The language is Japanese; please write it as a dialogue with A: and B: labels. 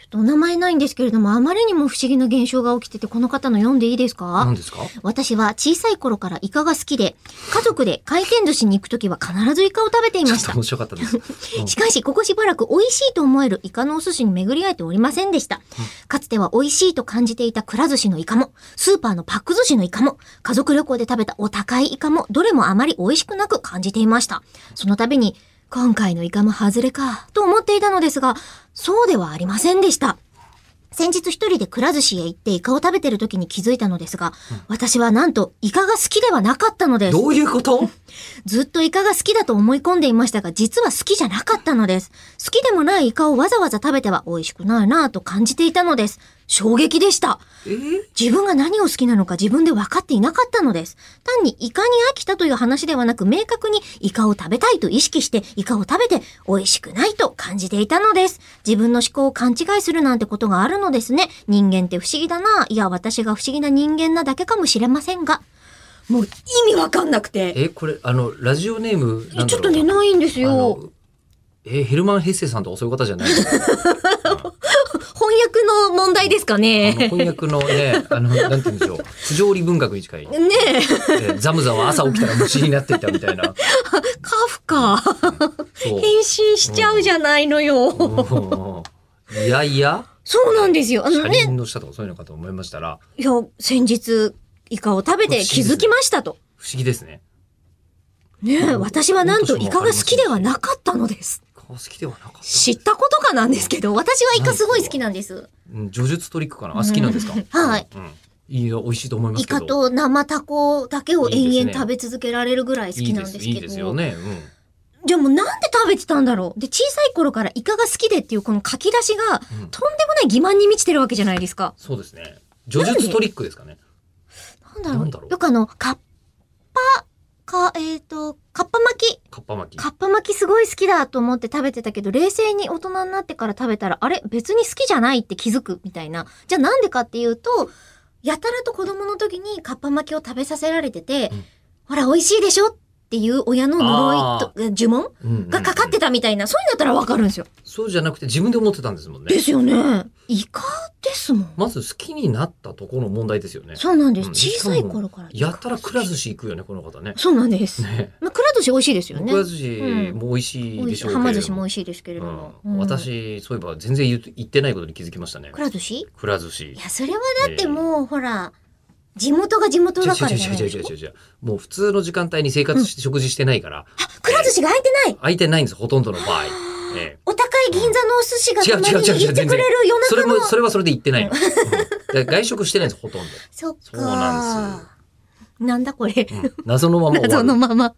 A: ちょっとお名前ないんですけれども、あまりにも不思議な現象が起きてて、この方の読んでいいですか
B: 何で すか
A: 私は小さい頃からイカが好きで、家族で回転寿司に行くときは必ずイカを食べていまし
B: ちょったと。面白かっ たです。うん
A: しかし、ここしばらく美味しいと思えるイカのお寿司に巡り合えておりませんでした。かつては美味しいと感じていたくら寿司のイカも、スーパーのパック寿司のイカも、家族旅行で食べたお高いイカも、どれもあまり美味しくなく感じていました。その度に、今回のイカも外れか、と思っていたのですが、そうではありませんでした。先日一人でくら寿司へ行ってイカを食べてる時に気づいたのですが、私はなんとイカが好きではなかったのです。
B: どういうこと
A: ずっとイカが好きだと思い込んでいましたが、実は好きじゃなかったのです。好きでもないイカをわざわざ食べては美味しくないなぁと感じていたのです。衝撃でした。
B: えー
A: 自分が何を好きなのか自分で分かっていなかったのです。単にイカに飽きたという話ではなく、明確にイカを食べたいと意識して、イカを食べて美味しくないと感じていたのです。自分の思考を勘違いするなんてことがあるのですね。人間って不思議だなぁ。いや、私が不思議な人間なだけかもしれませんが。もう意味わかんなくて。
B: え、これ、あの、ラジオネームなんだろうな、
A: ちょっとね、ないんです
B: あ
A: よ。
B: の。え、ヘルマン・ヘッセさんとかそういう方じゃない
A: 翻訳の問題ですか
B: あの
A: ね。
B: 翻訳のね、あの、なんて言うんでしょう。不条理文学に近 い。
A: ね
B: えザムザは朝起きたら虫になっていたみたいな。
A: え、カフカ、
B: そう。
A: 変身しちゃうじゃないのよ。
B: うんいやいや、
A: そうなんですよ。あの
B: 車
A: ね、
B: 輪の下とかそういうのかと思いましたら、
A: いや、先日、イカを食べて気づきましたと。
B: 不思議ですね。
A: ねえ、私はなんとイカが好きではなかったのです。
B: 好きではなかった。
A: 知ったことかなんですけど、私はイカすごい好きなんです。
B: うん叙述トリックかな。あ、好きなんですか。
A: はい。
B: うん。いいよ、美味しいと思いま
A: イ
B: すけど。
A: カと生タコだけを
B: いい
A: 延々
B: ですね
A: 食べ続けられるぐらい好きなんです
B: いい
A: け
B: で
A: ど。
B: すよね。
A: じゃあもうなんで食べてたんだろう。で、小さい頃からイカが好きでっていうこの書き出しが、
B: うん。うん。
A: とんでもない欺瞞に満ちてるわけじゃないですか。
B: そうですね。叙述トリックですかね。
A: なんだろう
B: なんだろう
A: よくあの、カッパ、か、えっ、と、カッパ巻き。
B: かっぱ巻き。
A: カッパ巻きすごい好きだと思って食べてたけど、冷静に大人になってから食べたら、あれ別に好きじゃないって気づくみたいな。じゃあなんでかっていうと、やたらと子供の時にカッパ巻きを食べさせられてて、
B: うん
A: ほら美味しいでしょっていう親の呪いと、呪文
B: うんうんうん
A: がかかってたみたいな、そういうのだったらわかるんですよ。
B: そうじゃなくて自分で思ってたんですもんね
A: で。すよね。イカですもん。
B: まず好きになったところの問題ですよね。
A: そうなんです。
B: うん
A: 小さい頃から。
B: やったらくら寿司行くよね、この方ね。
A: そうなんです。
B: ね。
A: まあ、くら寿司美味しいですよね。
B: くら寿司も美味しいでしょうけれども。
A: はま寿司も美味しいですけれども。
B: うん
A: うん
B: 私、そういえば全然言う言ってないことに気づきましたね
A: く。ら寿司い
B: くら寿司。
A: や、それはだってもう、ほら、地元が地元だからじゃない
B: 違う
A: です
B: 違う違う
A: か。
B: 違う違う。もう普通の時間帯に生活して、食事してないから、
A: あ、くら寿司が開いてない
B: 空いてないんです、ほとんどの場 合。ええ
A: お高い銀座のお寿司が
B: 違
A: た
B: う
A: ま
B: 違う
A: に
B: 違う違
A: 行
B: う
A: って
B: 全
A: くれ
B: 然
A: る夜
B: それ
A: 中
B: も
A: の。
B: それはそれで行ってないの、うん外食してないんですほとんど、
A: そっか。
B: そうなん
A: なんだこれ。
B: うん謎のまま終わる
A: 謎のまま。